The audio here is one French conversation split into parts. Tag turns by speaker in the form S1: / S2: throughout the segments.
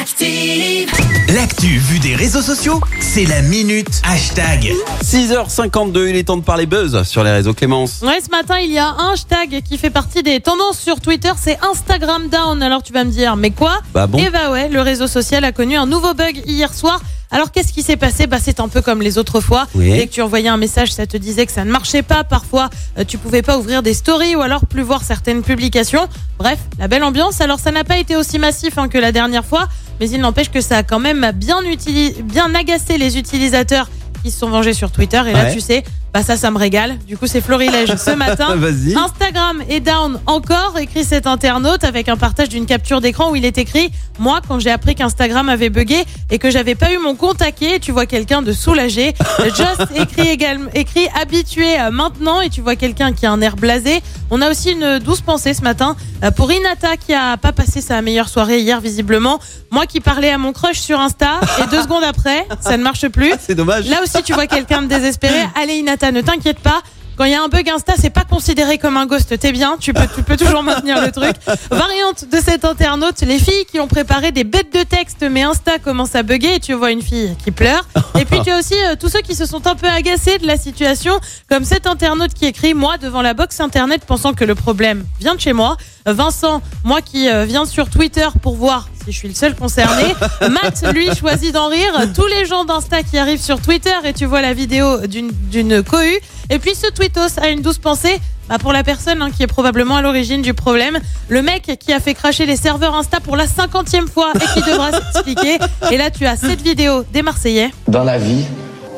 S1: Active.
S2: L'actu vue des réseaux sociaux, c'est la minute hashtag.
S3: 6h52, il est temps de parler buzz sur les réseaux Clémence.
S4: Ouais, ce matin, il y a un hashtag qui fait partie des tendances sur Twitter, c'est Instagram down. Alors tu vas me dire, mais quoi
S3: Bah bon
S4: Eh bah ouais, le réseau social a connu un nouveau bug hier soir. Alors qu'est-ce qui s'est passé Bah c'est un peu comme les autres fois.
S3: Oui.
S4: Dès que tu envoyais un message, ça te disait que ça ne marchait pas. Parfois, euh, tu pouvais pas ouvrir des stories ou alors plus voir certaines publications. Bref, la belle ambiance. Alors ça n'a pas été aussi massif hein, que la dernière fois, mais il n'empêche que ça a quand même bien, utili- bien agacé les utilisateurs qui se sont vengés sur Twitter. Et là,
S3: Ouais.
S4: tu sais, bah ça, ça me régale. Du coup, c'est florilège ce matin.
S3: bah Vas-y.
S4: Instagram est down encore, écrit cet internaute avec un partage d'une capture d'écran où il est écrit Moi, quand j'ai appris qu'Instagram avait bugué et que j'avais pas eu mon compte hacké, tu vois quelqu'un de soulagé. Just écrit, également, écrit Habitué euh, maintenant et tu vois quelqu'un qui a un air blasé. On a aussi une douce pensée ce matin euh, pour Inata qui a pas passé sa meilleure soirée hier, visiblement. Moi qui parlais à mon crush sur Insta et deux secondes après, ça ne marche plus.
S3: C'est dommage.
S4: Là aussi, tu vois quelqu'un de désespéré. Allez, Inata, ne t'inquiète pas. Quand il y a un bug Insta, c'est pas considéré comme un ghost. T'es bien, tu peux, tu peux toujours maintenir le truc. Variante de cet internaute, les filles qui ont préparé des bêtes de texte, mais Insta commence à bugger et tu vois une fille qui pleure. Et puis tu as aussi euh, tous ceux qui se sont un peu agacés de la situation, comme cet internaute qui écrit moi devant la box internet pensant que le problème vient de chez moi. Vincent, moi qui euh, viens sur Twitter pour voir si je suis le seul concerné. Matt, lui, choisit d'en rire. Tous les gens d'Insta qui arrivent sur Twitter et tu vois la vidéo d'une- d'une cohue. Et puis ce tweetos a une douce pensée. bah, pour la personne hein, qui est probablement à l'origine du problème, le mec qui a fait cracher les serveurs Insta pour la cinquantième fois et qui devra s'expliquer. Et là, tu as cette vidéo des Marseillais.
S5: Dans la vie,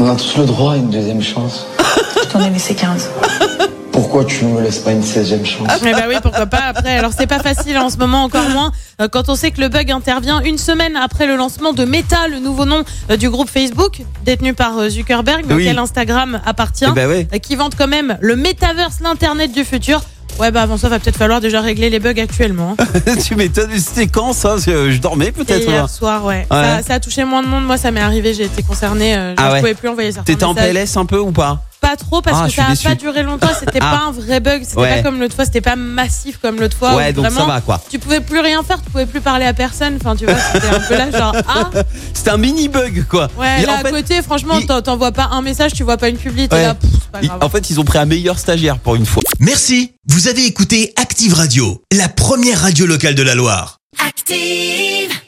S5: on a tous le droit à une deuxième chance.
S1: Je t'en ai laissé 15.
S5: Pourquoi tu ne me laisses pas une 16e chance
S4: Eh ben oui, pourquoi pas après. Alors c'est pas facile hein, en ce moment, encore moins euh, quand on sait que le bug intervient une semaine après le lancement de Meta, le nouveau nom euh, du groupe Facebook détenu par euh, Zuckerberg,
S3: Oui.
S4: auquel Instagram appartient,
S3: Eh ben ouais.
S4: euh, qui vante quand même le metaverse, l'internet du futur. Ouais, bah avant ça, va peut-être falloir déjà régler les bugs actuellement. hein.
S3: tu m'étonnes, mais c'était quand ça Parce que Je dormais
S4: Et
S3: peut-être.
S4: hier
S3: hein.
S4: soir, ouais. Ça, ça a touché moins de monde. Moi, ça m'est arrivé, j'ai été concernée. euh,
S3: Ah
S4: je
S3: ouais.
S4: pouvais plus envoyer certains
S3: T'étais en
S4: messages.
S3: PLS un peu ou pas
S4: Pas trop parce
S3: Ah,
S4: que
S3: je suis
S4: ça a
S3: déçu.
S4: pas duré longtemps. C'était
S3: Ah.
S4: pas un vrai bug. C'était
S3: Ouais.
S4: pas comme l'autre fois. C'était pas massif comme l'autre fois.
S3: Ouais,
S4: où
S3: donc
S4: vraiment,
S3: ça va quoi.
S4: tu pouvais plus rien faire, tu pouvais plus parler à personne. Enfin, tu vois, c'était un peu là, genre, ah,
S3: C'était un mini bug quoi.
S4: ouais,
S3: Il-
S4: là
S3: en, fait,
S4: à côté, franchement,
S3: il-
S4: t'en- t'envoies pas un message, tu vois pas une publi, t'es
S3: Ouais.
S4: là, pff, c'est pas
S3: il-
S4: grave.
S3: en fait, ils ont pris un meilleur stagiaire pour une fois.
S2: Merci, vous avez écouté Active Radio, la première radio locale de la Loire.
S1: Active.